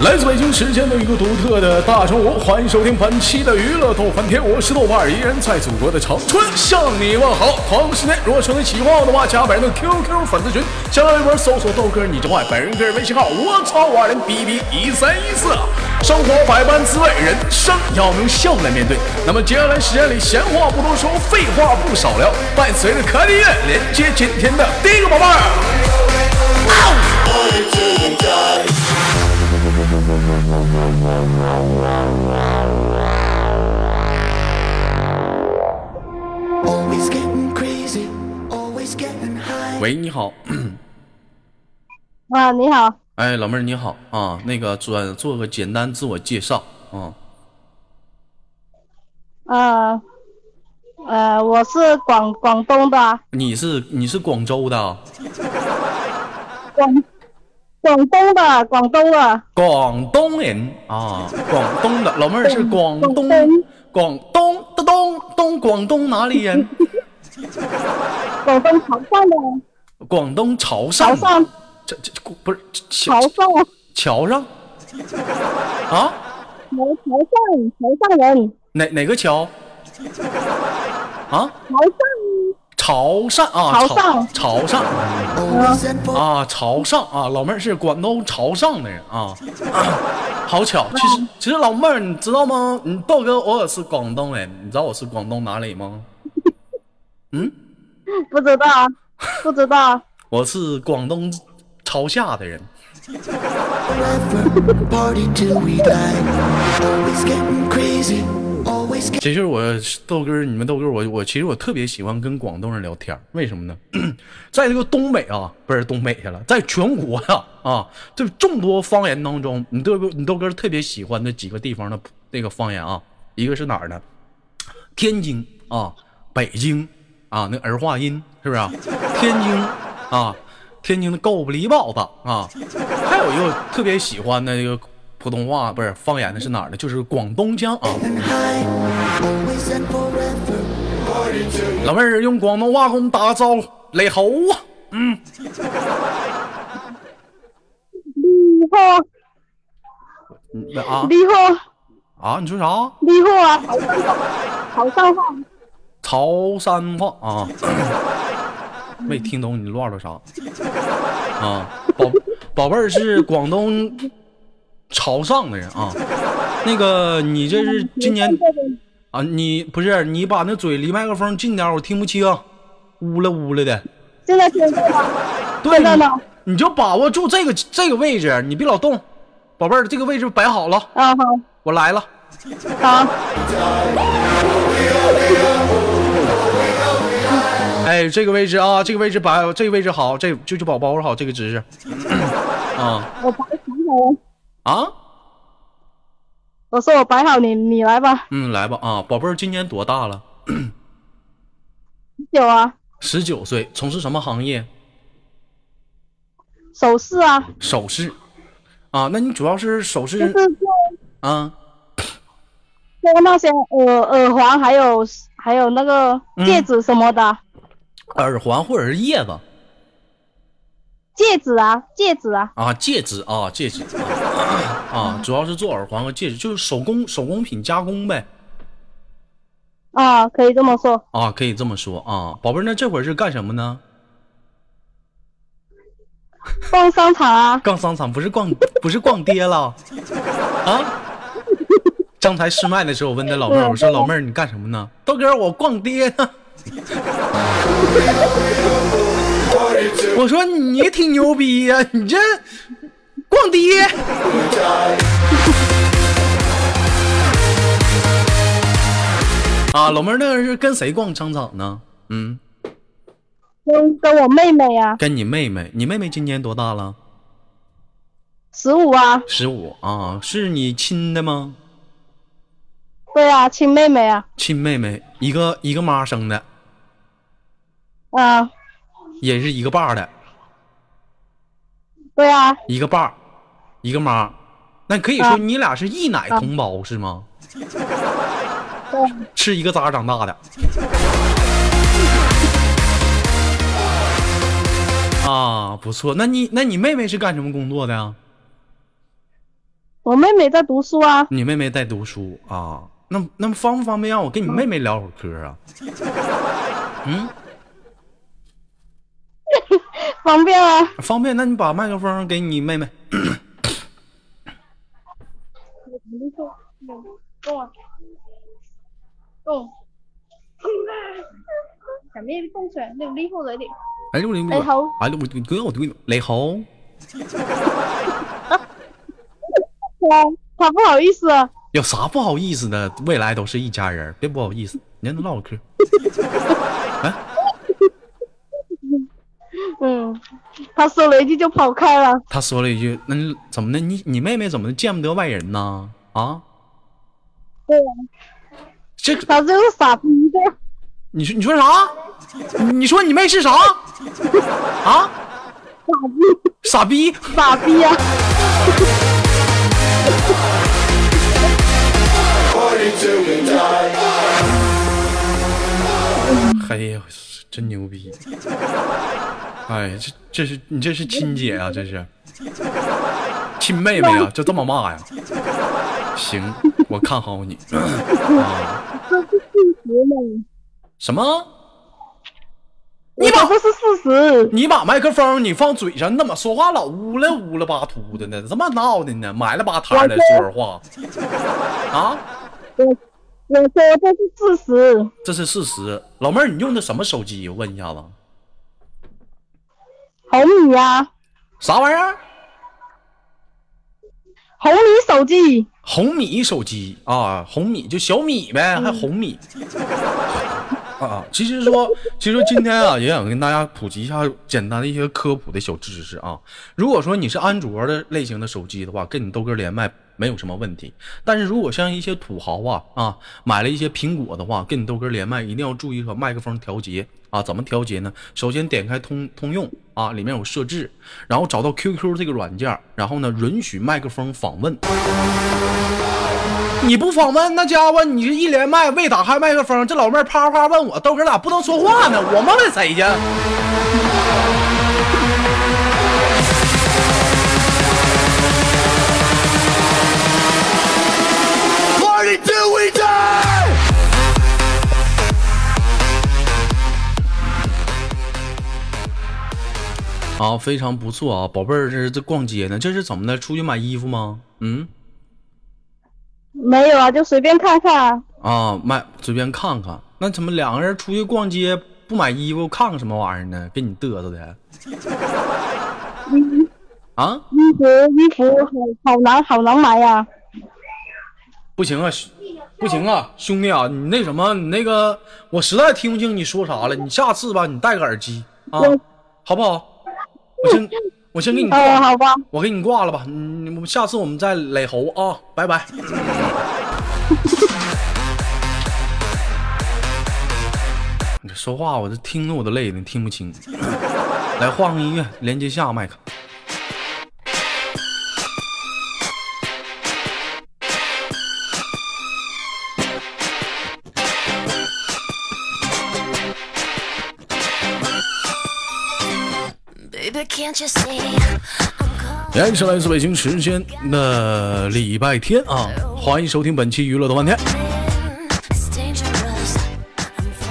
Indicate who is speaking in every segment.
Speaker 1: 来自北京时间的一个独特的大周五，欢迎收听本期的娱乐逗翻天，我是豆瓣儿，依然在祖国的长春向你问好。同时呢，如果说你喜欢我的话，加本人的 QQ 粉丝群，新浪微博搜索豆哥你真坏，本人个人微信号我操五二零 bb 一三一四。生活百般滋味，人生要用笑来面对。那么接下来时间里，闲话不多说，废话不少聊，伴随着凯音乐连接今天的第一个宝贝儿。
Speaker 2: Always getting crazy, always getting high.
Speaker 1: 喂，你好，
Speaker 3: 啊，你好，
Speaker 1: 哎，老妹儿你好啊，那个做做个简单自我介绍啊，
Speaker 3: 呃，呃，我是广广东的，
Speaker 1: 你是你是广州的啊，
Speaker 3: 广广东的，广东的，
Speaker 1: 广东人啊，广东的老妹儿是广东广
Speaker 3: 广东
Speaker 1: 东的东东广东哪里 人？
Speaker 3: 广东潮汕的，
Speaker 1: 广东潮
Speaker 3: 潮
Speaker 1: 汕的，
Speaker 3: 汕
Speaker 1: 这这这不是
Speaker 3: 潮
Speaker 1: 桥
Speaker 3: 汕
Speaker 1: 桥上啊？
Speaker 3: 潮潮汕潮汕人，
Speaker 1: 哪哪个 桥啊？潮
Speaker 3: 潮汕
Speaker 1: 汕啊，
Speaker 3: 潮
Speaker 1: 潮潮
Speaker 3: 汕
Speaker 1: 汕
Speaker 2: Always and for
Speaker 1: 啊，潮汕啊，老妹儿是广东潮汕的人啊， 好巧。其实其实老妹儿，你知道吗？你豆哥我也是广东人，你知道我是广东哪里吗？嗯，
Speaker 3: 不知道，不知道，
Speaker 1: 我是广东潮下的人。
Speaker 2: forever. Party till we die. Always getting crazy, always get-
Speaker 1: 这就是我豆哥儿，你们豆哥儿，我我其实我特别喜欢跟广东人聊天儿，为什么呢？ 在这个东北啊，不是东北去了，在全国呀啊这众多方言当中，你豆哥你豆哥儿特别喜欢的几个地方的那个方言啊，一个是哪儿呢？天津啊，北京啊，那儿化音是不是、啊？天津啊，天津的狗不理包子啊，还有一个特别喜欢的一个普通话不是方言的是哪儿呢？就是广东腔啊。
Speaker 2: and high. Always and forever. Party till
Speaker 1: 老妹儿用广东话给我们打个招呼，磊猴啊！
Speaker 3: 你好，
Speaker 1: 嗯啊
Speaker 3: 你好，
Speaker 1: 啊！你说啥？
Speaker 3: 你好啊，潮汕潮
Speaker 1: 潮汕
Speaker 3: 汕话，
Speaker 1: 话啊？没听懂你唠叨啥啊？宝宝贝儿是广东潮汕的人啊。那个，你这是今年啊？你不是你把那嘴离麦克风近点儿，我听不清，呜了呜了的。
Speaker 3: 现在听得到吗？
Speaker 1: 对
Speaker 3: 现在呢，
Speaker 1: 你你就把握住这个这个位置，你别老动。宝贝儿，这个位置摆好了，
Speaker 3: 啊，
Speaker 1: 我来了。
Speaker 3: 好，好，
Speaker 1: 哎，这个位置啊，这个位置摆，这个位置好，这就就宝宝好，这个姿 势。啊
Speaker 3: 我摆好了，
Speaker 1: 啊，
Speaker 3: 我说我摆好你，你来吧，
Speaker 1: 嗯，来吧啊，宝贝儿今年多大了？
Speaker 3: 有啊，
Speaker 1: 十九岁，从事什么行业？
Speaker 3: 手势啊，
Speaker 1: 首饰。啊，那你主要是首
Speaker 3: 就
Speaker 1: 饰
Speaker 3: 是做。
Speaker 1: 啊？
Speaker 3: 说那些耳耳环，还有还有那个戒指什么的，
Speaker 1: 耳环或者是叶子
Speaker 3: 戒指啊，戒指啊，
Speaker 1: 啊，戒指啊，戒指啊，主要是做耳环和戒指，就是手工手工品加工呗
Speaker 3: 啊，可以这么说。
Speaker 1: 啊，可以这么说啊。宝贝儿，那这会儿是干什么呢？
Speaker 3: 逛商场啊，
Speaker 1: 逛商场不是逛不是逛街了啊？刚才试麦的时候，我问他老妹儿，我说老妹儿你干什么呢？豆哥，我逛街呢。我说你也挺牛逼呀、你这逛街。啊，老妹儿，那是跟谁逛商场呢？嗯，
Speaker 3: 跟跟我妹妹啊，
Speaker 1: 跟你妹妹。你妹妹今年多大了？
Speaker 3: 十五啊，
Speaker 1: 十五啊，是你亲的吗？
Speaker 3: 对啊，亲妹妹啊，
Speaker 1: 亲妹妹，一个一个妈生的，
Speaker 3: 啊，
Speaker 1: 也是一个爸的，
Speaker 3: 对啊，
Speaker 1: 一个爸，一个妈，那可以
Speaker 3: 啊
Speaker 1: 说你俩是一奶同胞、是吗？吃一个渣长大的。啊，不错，那你那你妹妹是干什么工作的呀？
Speaker 3: 我妹妹在读书啊，
Speaker 1: 你妹妹在读书啊？那那方不方便让我跟你妹妹聊会儿嗑啊？
Speaker 3: 方便啊。
Speaker 1: 方便，那你把麦克风给你妹妹。
Speaker 3: 动啊，动。前面蹦出来，那个力后来点。
Speaker 1: 哎，六零
Speaker 3: 你好
Speaker 1: 哎，六你跟我对你好，
Speaker 3: 他他不啊好意思啊，
Speaker 1: 有啥不好意思的？未来都是一家人，别不好意思，你让他唠会儿嗑。
Speaker 3: 嗯，他说了一句就跑开了。
Speaker 1: 他说了一句：“那你怎么的？你你妹妹怎么见不得外人呢？啊，
Speaker 3: 对，啊
Speaker 1: 这
Speaker 3: 他就是傻逼的。
Speaker 1: 你说你说啥？你你说你妹是啥？啊，傻逼，
Speaker 3: 傻逼啊呀、
Speaker 1: 哎呀，真牛逼！哎，这这是你这是亲姐啊，这是亲妹妹啊，就这么骂呀？行，我看好你。
Speaker 3: 这是事实嘛？
Speaker 1: 什么？
Speaker 3: 你这不是事实，
Speaker 1: 你把麦克风你放嘴上，你怎么说话老呜了呜了吧秃的呢？怎么闹的呢？埋了吧摊的说会话啊？
Speaker 3: 我说这是事实。
Speaker 1: 这是事实。老妹儿，你用的什么手机？我问一下子，
Speaker 3: 红米啊，
Speaker 1: 啥玩意儿？
Speaker 3: 红米手机，
Speaker 1: 红米手机嗯啊，红米就小米呗，还红米。啊，其实说，其实今天啊，也想跟大家普及一下简单的一些科普的小知识啊。如果说你是安卓的类型的手机的话，跟你豆哥连麦没有什么问题。但是如果像一些土豪啊啊，买了一些苹果的话，跟你豆哥连麦一定要注意和麦克风调节啊。怎么调节呢？首先点开通通用啊，里面有设置，然后找到 QQ 这个软件，然后呢允许麦克风访问。你不访问那家伙，你是一连麦未打开麦克风，这老妹儿啪啪问我豆哥咋不能说话呢？我问问谁去？
Speaker 2: Party till we die!
Speaker 1: 啊，非常不错啊，宝贝儿，这是这逛街呢，这是怎么的？出去买衣服吗？嗯，
Speaker 3: 没有啊，就随便看看啊。
Speaker 1: 啊，买随便看看。那怎么两个人出去逛街不买衣服，看看什么玩意儿呢？给你嘚瑟的。啊，
Speaker 3: 衣服衣服好好难好难买啊呀、
Speaker 1: 不行啊，兄不行啊，兄弟啊，你那什么，你那个，我实在听不清你说啥了。你下次吧，你戴个耳机啊
Speaker 3: 我，
Speaker 1: 好不好？我先，我先给你
Speaker 3: 哦、
Speaker 1: 挂，
Speaker 3: 好吧，
Speaker 1: 我给你挂了吧。嗯，我们下次我们再垒猴啊，拜 拜。你这说话，我这听得我都累的，听不清。来换个音乐，连接下麦克。
Speaker 4: Baby, can't you see I'm calling
Speaker 1: 来，是来自北京时间的礼拜天啊，欢迎收听本期娱乐的半天。
Speaker 4: It's dangerous. I'm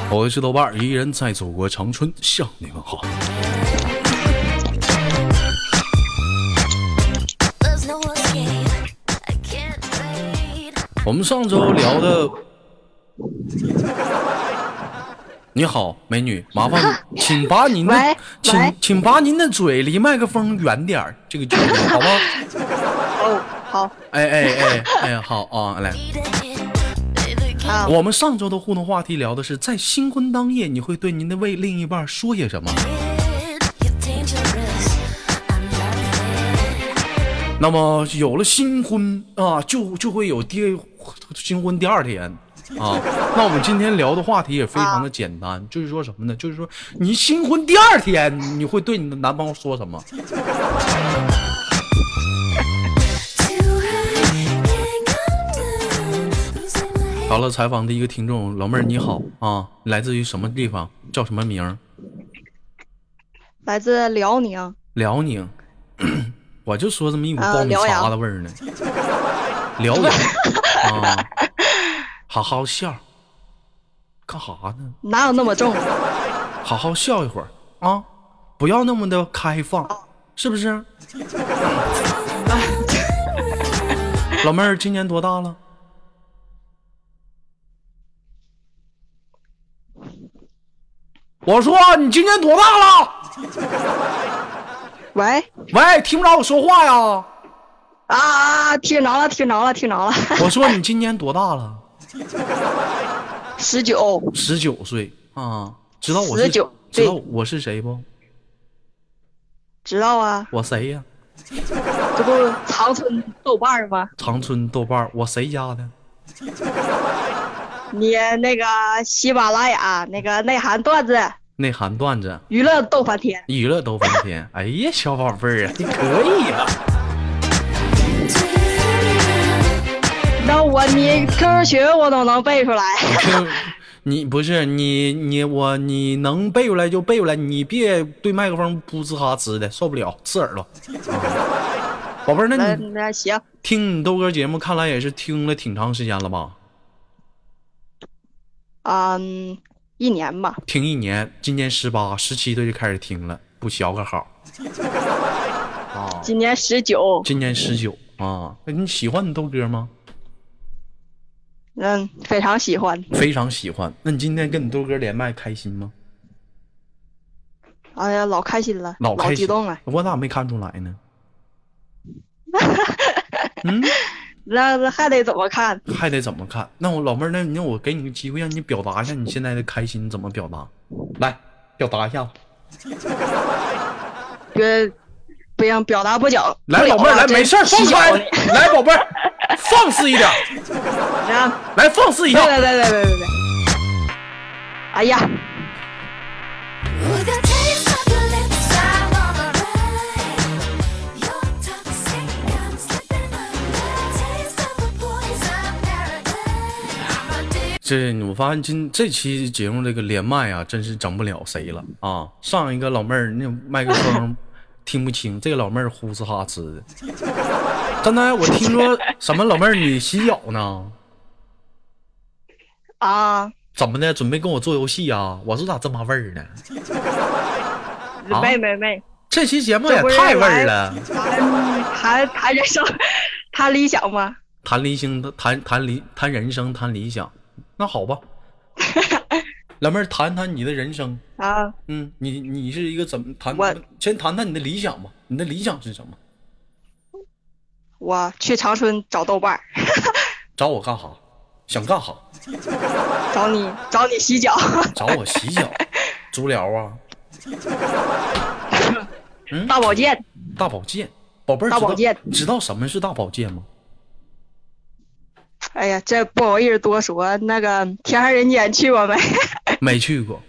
Speaker 4: falling
Speaker 1: 我是豆瓣儿，依然在祖国长春向你们好。
Speaker 4: There's no escape. I can't wait.
Speaker 1: 我们上周聊的，你好，美女，麻烦你，请把您的
Speaker 3: 喂，
Speaker 1: 请
Speaker 3: 喂
Speaker 1: 请把您的嘴离麦克风远点儿，这个距离好不好？
Speaker 5: 哦，好，
Speaker 1: 哎哎哎哎，好啊，来，
Speaker 4: Eating it. Baby, can't
Speaker 1: 我们上周的互动话题聊的是在新婚当夜，你会对您的为另一半说些什么？
Speaker 4: it. You're dangerous. I'm loving it.
Speaker 1: 那么有了新婚啊，就就会有第新婚第二天啊。那我们今天聊的话题也非常的简单，就是说什么呢？就是说你新婚第二天，你会对你的男朋友说什么？
Speaker 4: Too high. Can't come down. Losing my head.
Speaker 1: 好了，采访的一个听众，老妹儿你好啊，来自于什么地方？叫什么名儿？
Speaker 5: 来自辽宁，
Speaker 1: 辽宁。我就说这么一股
Speaker 5: 啊
Speaker 1: 苞米
Speaker 5: 辽
Speaker 1: 碴
Speaker 5: 阳
Speaker 1: 子味儿呢。撩人啊，好好笑，干哈呢？
Speaker 5: 哪有那么重？
Speaker 1: 好好笑一会儿啊，不要那么的开放，是不是？老妹儿今年多大了？我说你今年多大了？
Speaker 5: 喂
Speaker 1: 喂，听不着我说话呀？
Speaker 5: 啊啊！听着了，听着了，听着 了。
Speaker 1: 我说你今年多大了？
Speaker 5: 十九，
Speaker 1: 十九岁啊？知道我是
Speaker 5: 19
Speaker 1: 知
Speaker 5: 对
Speaker 1: 道我是谁不？
Speaker 5: 知道啊？
Speaker 1: 我谁呀、
Speaker 5: 这不长春豆瓣儿吗？
Speaker 1: 长春豆瓣儿，我谁家的？
Speaker 5: 你那个喜马拉雅那个内涵段子，
Speaker 1: 内涵段子，
Speaker 5: 娱乐逗翻天。
Speaker 1: 娱乐都翻 天。哎呀，小宝贝儿啊，你可以啊呀、
Speaker 5: 那我你 QQ 群我都能背出 来。
Speaker 1: 就你不是你你我你能背过来就背过来，你别对麦克风噗呲哈呲的，受不了，刺 耳朵。啊宝贝儿，那
Speaker 5: 那
Speaker 1: 你
Speaker 5: 嗯那行，
Speaker 1: 听你豆哥节目，看来也是听了挺长时间了吧？
Speaker 5: 嗯，一年吧。
Speaker 1: 听一年，今年十八、十七岁就开始听了，不小可好。啊，
Speaker 5: 今年十九，
Speaker 1: 今年十九啊，那你喜欢你豆哥吗？
Speaker 5: 嗯，非常喜欢。
Speaker 1: 非常喜欢。那你今天跟你豆哥连麦开心吗？
Speaker 5: 哎呀，老开心了，
Speaker 1: 老开心
Speaker 5: 激动了。
Speaker 1: 我咋没看出来 呢？嗯
Speaker 5: 那那还得怎么看？
Speaker 1: 还得怎么看？那我老妹儿，那那我给你个机会，让你表达一下你现在的开心，怎么表达？来，表达一下吧。
Speaker 5: 别不行，表达不了。
Speaker 1: 来，老妹儿，来，没事儿，放开，
Speaker 5: 来
Speaker 1: 来，宝贝儿，放肆一点儿，
Speaker 5: 来
Speaker 1: 来，放肆一下。
Speaker 5: 来来来来来。哎呀，
Speaker 4: With a taste of your lips, I wanna ride. Your toxic, I'm slipping under. Taste of a poison paradise. My dear,
Speaker 1: 这我发现今这期节目这个连麦啊，真是整不了谁了啊！上一个老妹儿那麦克风听不清， 这个老妹儿呼哧哈哧的。刚才我听说什么老妹儿你洗脚呢？
Speaker 5: 啊，
Speaker 1: 怎么的？准备跟我做游戏啊？我说咋这么味儿呢？啊
Speaker 5: 没没没，
Speaker 1: 这期节目也
Speaker 5: 这不是
Speaker 1: 太味儿
Speaker 5: 来
Speaker 1: 了，
Speaker 5: 谈谈谈人生，谈理想嘛。
Speaker 1: 谈理想，谈谈理，谈人生，谈理想。那好 吧，老妹儿谈谈你的人生。
Speaker 5: 啊，
Speaker 1: 嗯，你你是一个怎么谈
Speaker 5: 我？
Speaker 1: 先谈谈你的理想吧，你的理想是什么？
Speaker 5: 我去长春找豆瓣儿，
Speaker 1: 找我干哈？想干哈？
Speaker 5: 找你找你洗 脚，
Speaker 1: 找我洗 脚？足疗啊？
Speaker 5: 大保健。
Speaker 1: 大保健？宝贝儿，
Speaker 5: 大保健
Speaker 1: 知道知道什么是大保健吗？
Speaker 5: 哎呀，这不好意思多说，那个天上人间去过没？
Speaker 1: 没去 过。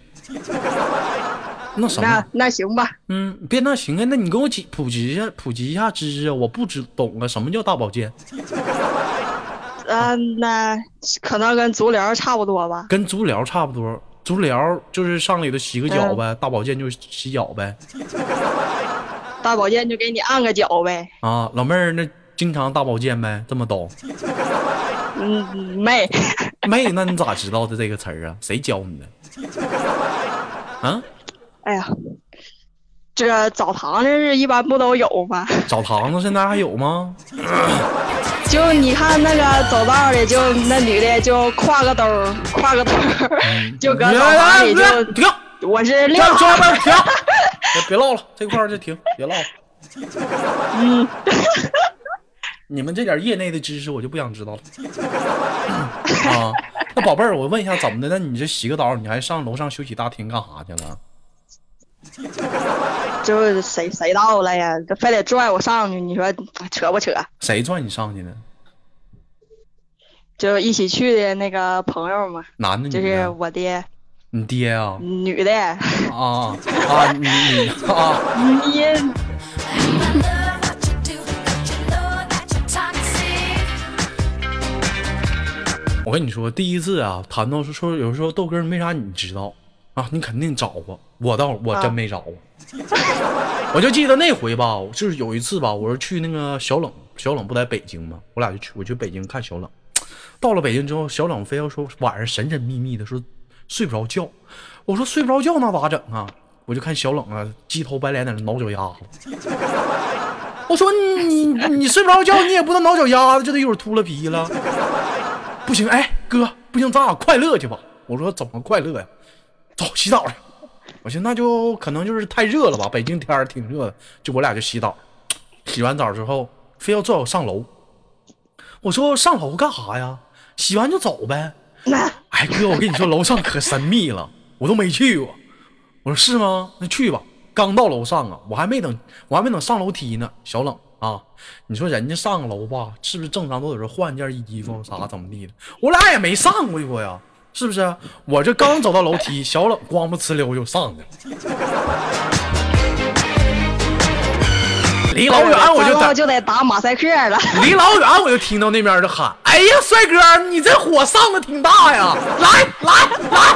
Speaker 1: 那什么
Speaker 5: 那？那行吧，
Speaker 1: 嗯，别那行啊，那你给我几普及一下，普及一下知识啊，我不知懂啊，什么叫大保健？
Speaker 5: 嗯、那可能跟足疗差不多吧。
Speaker 1: 跟足疗差不多，足疗就是上里头洗个
Speaker 5: 嗯
Speaker 1: 脚呗，大保健就是洗脚呗。
Speaker 5: 大保健就给你按个脚呗。
Speaker 1: 啊，老妹儿那经常大保健呗，这么懂？
Speaker 5: 嗯， 没，
Speaker 1: 妹，那你咋知道的这个词儿啊？谁教你的？啊，
Speaker 5: 哎呀，这澡堂这是一般不都有吗？
Speaker 1: 澡堂子现在还有吗？
Speaker 5: 就你看那个走道里，就那女的就挎个兜儿，挎个兜儿，就搁
Speaker 1: 来
Speaker 5: 澡
Speaker 1: 来嗯
Speaker 5: 堂
Speaker 1: 来，
Speaker 5: 里
Speaker 1: 别
Speaker 5: 就
Speaker 1: 停！
Speaker 5: 我是
Speaker 1: 别
Speaker 5: 六
Speaker 1: 说
Speaker 5: 号，
Speaker 1: 停！别别唠了，这块儿就停，别唠了。
Speaker 5: 嗯，
Speaker 1: 你们这点业内的知识我就不想知道了。啊，那宝贝儿，我问一下，怎么的？那你这洗个澡，你还上楼上休息大厅干啥去了？
Speaker 5: 就是谁谁到了呀，这非得拽我上去，你说啊扯不扯？
Speaker 1: 谁拽你上去的？
Speaker 5: 就一起去的那个朋友嘛，
Speaker 1: 男的女
Speaker 5: 就
Speaker 1: 的？
Speaker 5: 是嗯我的
Speaker 1: 你爹啊？
Speaker 5: 女的，
Speaker 1: 啊啊！你你啊！
Speaker 5: 你
Speaker 4: I love what you do, but you know that you're toxic.
Speaker 1: 我跟你说，第一次啊，谈到说说，有时候豆哥没啥你知道啊，你肯定找过，我倒我真没找过。我就记得那回吧，就是有一次吧，我是去那个小冷小冷不在北京吗？我俩就去，我去北京看小冷。到了北京之后，小冷非要说晚上神神秘秘的说睡不着觉。我说睡不着觉那咋整啊？我就看小冷啊，鸡头白脸在那挠脚丫子。 我说你你睡不着觉，你也不能挠脚丫子，这都一会儿秃了皮了。不行，哎哥，不行，咱俩快乐去吧。我说怎么快乐呀？走洗澡去。我寻思那就可能就是太热了吧，北京天儿挺热的，就我俩就洗澡。洗完澡之后，非要拽我上楼。我说上楼干啥呀？洗完就走呗。哎哥，我跟你说，楼上可神秘了，我都没去过。我说是吗？那去吧。刚到楼上啊，我还没等，我还没等上楼梯呢。小冷啊，你说人家上个楼吧，是不是正常都得是换件衣服啥怎么地的？我俩也没上过一回呀，是不是？我这刚走到楼梯，小冷光不呲溜就上去了，离老远我就
Speaker 5: 糟
Speaker 1: 在
Speaker 5: 糕就得打马赛克了。
Speaker 1: 离老远我就听到那边就喊：“哎呀，帅哥，你这火上的挺大呀！来来来，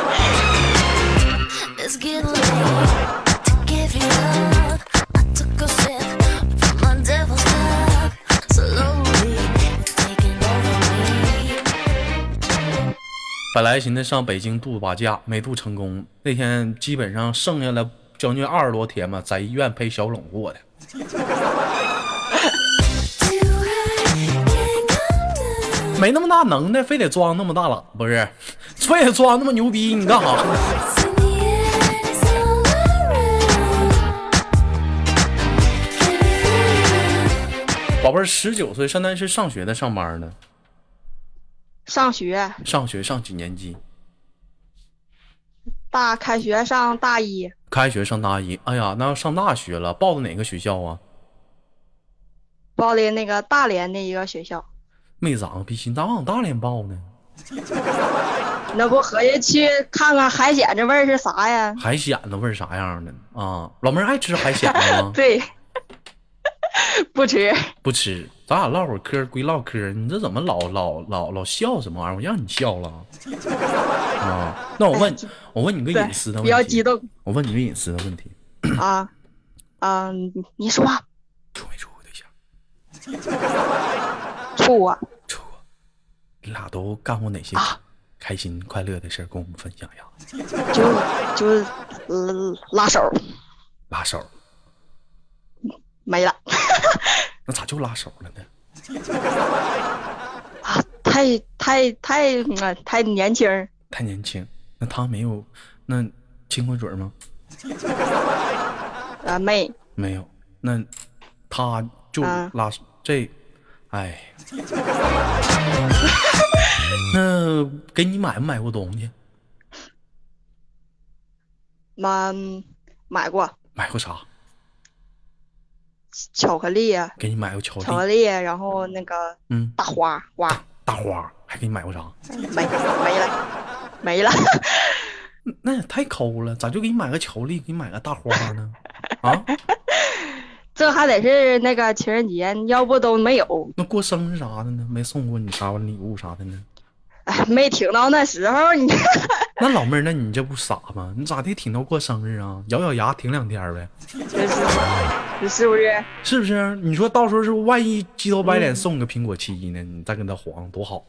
Speaker 4: It's getting late to give you up. I took a sip from my devil's cup. Slowly, it's taking over me.
Speaker 1: 本来寻思上北京度把假，没度成功。那天基本上剩下了将近二十多天吧，在医院陪小冷过的。
Speaker 4: Do I hang on?
Speaker 1: 没那么大能耐，非得装那么大了，不是？ 非得装那么牛逼，你干啥？
Speaker 4: It's in the air, it's all around. Can you feel it?
Speaker 1: 宝贝儿，十九岁，现在是上学的，上班呢？
Speaker 5: 上学
Speaker 1: 上学上几年级？
Speaker 5: 大开学上大一，
Speaker 1: 开学上大一。哎呀，那要上大学了，报的哪个学校啊？
Speaker 5: 报的那个大连的一个学校，
Speaker 1: 没长逼心，咋往大连报呢？
Speaker 5: 那不合计去看看海鲜这味儿是啥呀？
Speaker 1: 海鲜都味儿啥样的啊？老妹儿爱吃海鲜吗？
Speaker 5: 对，不吃。
Speaker 1: 不吃。咱俩唠会儿嗑儿归唠嗑儿，你这怎么老老老老笑什么玩意儿？我让你笑了啊？那我问，我问你个
Speaker 5: 哎对
Speaker 1: 隐私的问题，
Speaker 5: 比较激动
Speaker 1: 我问你个隐私的问题，
Speaker 5: 啊啊！你你说
Speaker 1: 处没处过对象？
Speaker 5: 处啊？
Speaker 1: 处过。你俩都干过哪些开心快乐的事儿？跟我们分享一下。
Speaker 5: 就就拉拉手
Speaker 1: 拉手，
Speaker 5: 没了
Speaker 1: 那咋就拉手了呢？
Speaker 5: 啊！太太太嗯啊太年轻儿，
Speaker 1: 太年轻。那他没有，那亲过嘴儿吗？
Speaker 5: 啊妹
Speaker 1: 没有，那他就
Speaker 5: 啊
Speaker 1: 拉、这，哎，那给你买没买过东西？
Speaker 5: 妈买过
Speaker 1: 买过啥？
Speaker 5: 巧克力呀、
Speaker 1: 给你买过巧
Speaker 5: 巧
Speaker 1: 克
Speaker 5: 克
Speaker 1: 力，
Speaker 5: 力，然后那个
Speaker 1: 嗯，
Speaker 5: 大花花
Speaker 1: 大花儿，还给你买过啥？
Speaker 5: 没没了没了，
Speaker 1: 那也太抠了，咋就给你买个巧克力，给你买个大花儿呢？啊，
Speaker 5: 这还得是那个情人节，要不都没有，
Speaker 1: 那过生日啥的呢？没送过你啥礼物啥的呢？
Speaker 5: 哎，没挺到那时候你
Speaker 1: 那老妹儿，那你这不傻吗？你咋的挺到过生日啊？咬咬牙挺两天儿呗，
Speaker 5: 真是，你是不是？
Speaker 1: 是不是？你说到时候是万一鸡头白脸送个苹果七呢？你再跟他黄多好。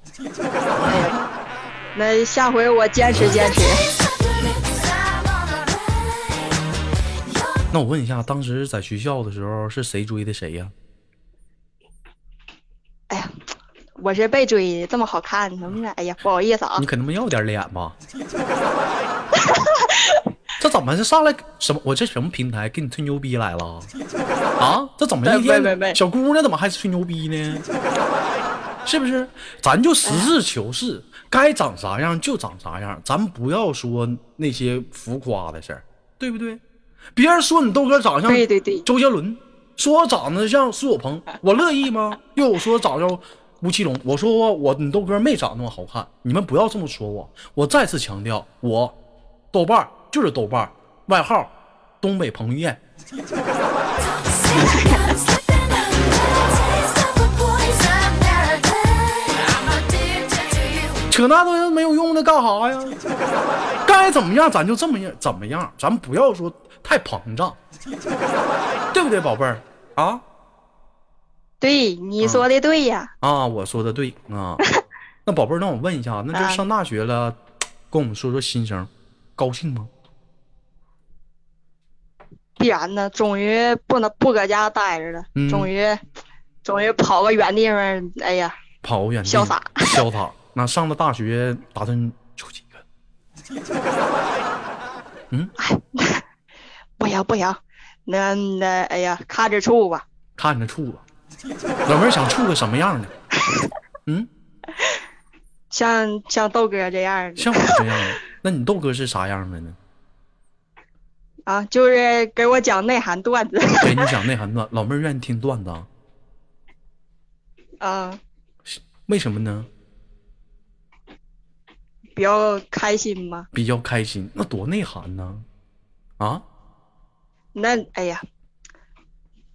Speaker 5: 那下回我坚持坚持。
Speaker 4: Taste of your lips, I'm on the run. Your
Speaker 1: 那我问一下，当时在学校的时候是谁追的谁呀、
Speaker 5: 哎呀，我是被追的，这么好看，能不能？哎呀，不好意思啊
Speaker 1: 你，可他妈要点脸吧？这怎么是上来什么？我这什么平台给你吹牛逼来了？啊，这怎么一
Speaker 5: 没没没
Speaker 1: 天小姑娘怎么还吹牛逼呢？ 是不是？咱就实事求是，该长啥样就长啥样，咱不要说那些浮夸的事儿，对不对？别人说你豆哥长相，
Speaker 5: 对对对
Speaker 1: 周杰伦说我长得像苏有 朋，我乐意吗？又有说长得像吴奇隆，我说我我你豆哥没长那么好看，你们不要这么说我。我再次强调，我豆瓣儿就是豆瓣儿，外号东北彭于晏。
Speaker 4: toxic, I'm slipping under. Taste of a poison paradise. I'm addicted to you.
Speaker 1: 扯那东西没有用的干啥 呀？该怎么样咱就这么样怎么样，咱不要说太膨胀，对不对，宝贝儿啊？
Speaker 5: 对，你说的对呀。
Speaker 1: 啊，我说的对 啊。那宝贝儿，那我问一下，那就
Speaker 5: 啊
Speaker 1: 是上大学了，跟我们说说心声，高兴吗？
Speaker 5: 必然的，终于不能不搁家待着了，
Speaker 1: 嗯
Speaker 5: 终于，终于跑个远地方，哎呀，
Speaker 1: 跑远地，
Speaker 5: 潇洒，
Speaker 1: 潇洒。那上了大学，打算处几个？
Speaker 5: 不行不行，那那哎呀，看着处吧，
Speaker 1: 看着处吧。老妹儿想处个什么样的？
Speaker 5: 像像豆哥这样的
Speaker 1: 像我这样的？那你豆哥是啥样的呢？
Speaker 5: 啊，就是给我讲内涵段子
Speaker 1: 给你讲内涵段，老妹儿愿意听段子啊？
Speaker 5: 啊，
Speaker 1: 为什么呢？
Speaker 5: 比较开心嘛。
Speaker 1: 比较开心，那多内涵呢？啊，
Speaker 5: 那哎呀，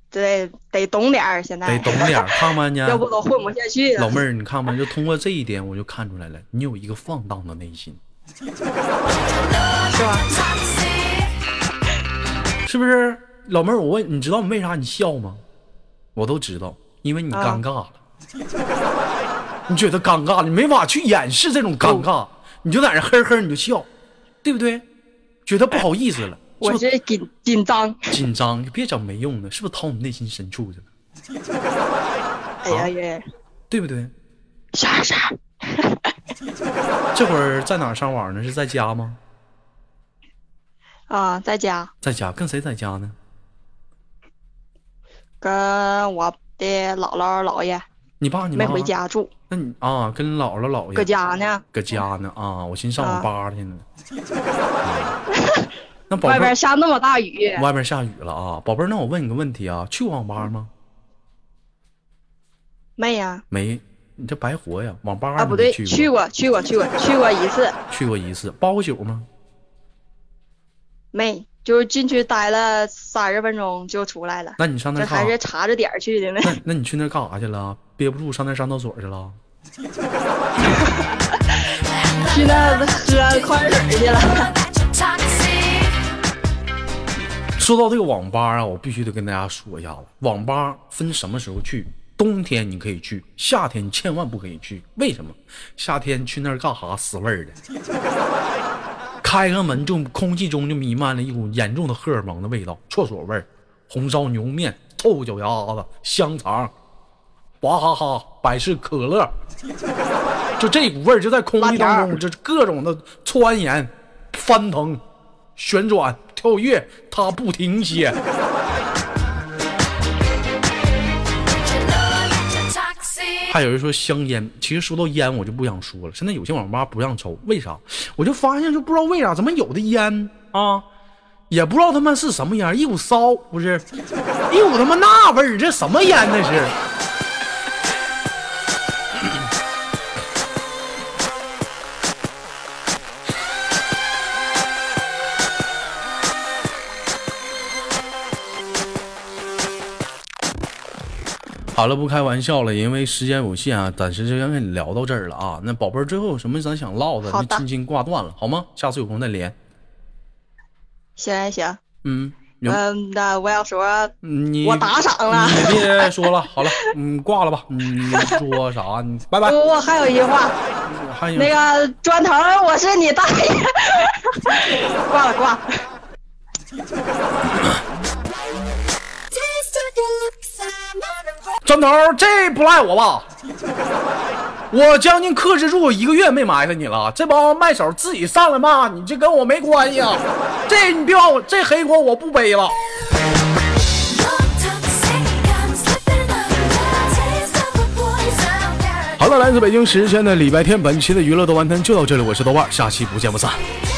Speaker 5: 得得懂点儿，现
Speaker 1: 得
Speaker 5: 在
Speaker 1: 懂点儿，看看呢。
Speaker 5: 要不都混不下去了。
Speaker 1: 老妹儿，你看吧，就通过这一点，我就看出来了，你有一个放荡的内心，
Speaker 5: 是吧？
Speaker 1: 是不是？老妹儿，我问你，知道你为啥你笑吗？我都知道，因为你
Speaker 5: 啊
Speaker 1: 尴尬了。 你觉得尴尬，你没法去掩饰这种尴尬，你就在那呵呵，你就笑，对不对？觉得不好意思了，是
Speaker 5: 哎我
Speaker 1: 不是
Speaker 5: 是紧紧张，
Speaker 1: 紧张？你别整没用的，是不是掏你内心深处去了？
Speaker 5: 哎呀呀，
Speaker 1: 对不对？
Speaker 5: 啥啥，
Speaker 1: 这会儿在哪儿上网呢？是在家吗？
Speaker 5: 啊，在家
Speaker 1: 在家，跟谁在家呢？
Speaker 5: 跟我的姥姥姥爷
Speaker 1: 你爸你妈
Speaker 5: 没回？家住，
Speaker 1: 那你啊，跟姥姥姥爷
Speaker 5: 搁家呢，
Speaker 1: 搁家呢啊，我寻思上网
Speaker 5: 啊
Speaker 1: 吧去呢。嗯那宝贝
Speaker 5: 外边
Speaker 1: 儿，
Speaker 5: 下那么大雨，
Speaker 1: 外边下雨了啊，宝贝儿，那我问你个问题啊，去网吧吗？
Speaker 5: 没呀？
Speaker 1: 没，你这白活呀，网吧
Speaker 5: 啊，
Speaker 1: 你
Speaker 5: 不对，
Speaker 1: 去
Speaker 5: 去过去过去过去过一次，
Speaker 1: 去过一次，包过酒吗？
Speaker 5: 没，就是进去待了三十分钟就出来了，
Speaker 1: 那你上那
Speaker 5: 这
Speaker 1: 儿
Speaker 5: 还
Speaker 1: 干
Speaker 5: 是
Speaker 1: 啥？
Speaker 5: 查着点儿去的呢。
Speaker 1: 那那你去那儿干啥去了？憋不住上那儿上厕所去了？
Speaker 5: 去那喝矿泉水去了。
Speaker 1: 说到这个网吧啊，我必须得跟大家说一下子，网吧分什么时候去。冬天你可以去，夏天千万不可以去。为什么？夏天去那儿干啥？死味儿的。开开门就空气中就弥漫了一股严重的荷尔蒙的味道，厕所味儿，红烧牛面、臭脚丫子、香肠，娃哈哈、百事可乐，就这股味儿就在空气当中，就是各种的窜延、翻腾、旋转、跳跃，它不停歇。还有人说香烟，其实说到烟，我就不想说了。现在有些网吧不让抽，为啥？我就发现就不知道为啥，怎么有的烟啊，也不知道他妈是什么烟，一股骚不是， 一股他妈那味儿，这什么烟那是？好了，不开玩笑了，因为时间有限啊，暂时就先跟你聊到这儿了啊。那宝贝儿，最后有什么咱想唠的，
Speaker 5: 好
Speaker 1: 就
Speaker 5: 的
Speaker 1: 轻轻挂断了，好吗？下次有空再连。
Speaker 5: 行行，
Speaker 1: 嗯，有
Speaker 5: 嗯，那我要说，
Speaker 1: 你
Speaker 5: 我打赏了。
Speaker 1: 你别说了，好了，嗯，挂了吧，嗯，你说啥？你拜 拜。
Speaker 5: 我我还有一句话，
Speaker 1: 还有
Speaker 5: 那个砖头，我是你大爷。 挂了挂了。
Speaker 1: 砖头，这不赖我 吧？我将近克制住一个月没埋汰你了，这帮卖手自己上来骂你，这跟我没关系啊！这你别往我这黑锅我不背了。好了，来自北京时间的礼拜天，本期的娱乐豆瓣天就到这里，我是豆瓣儿，下期不见不散。
Speaker 4: Yeah.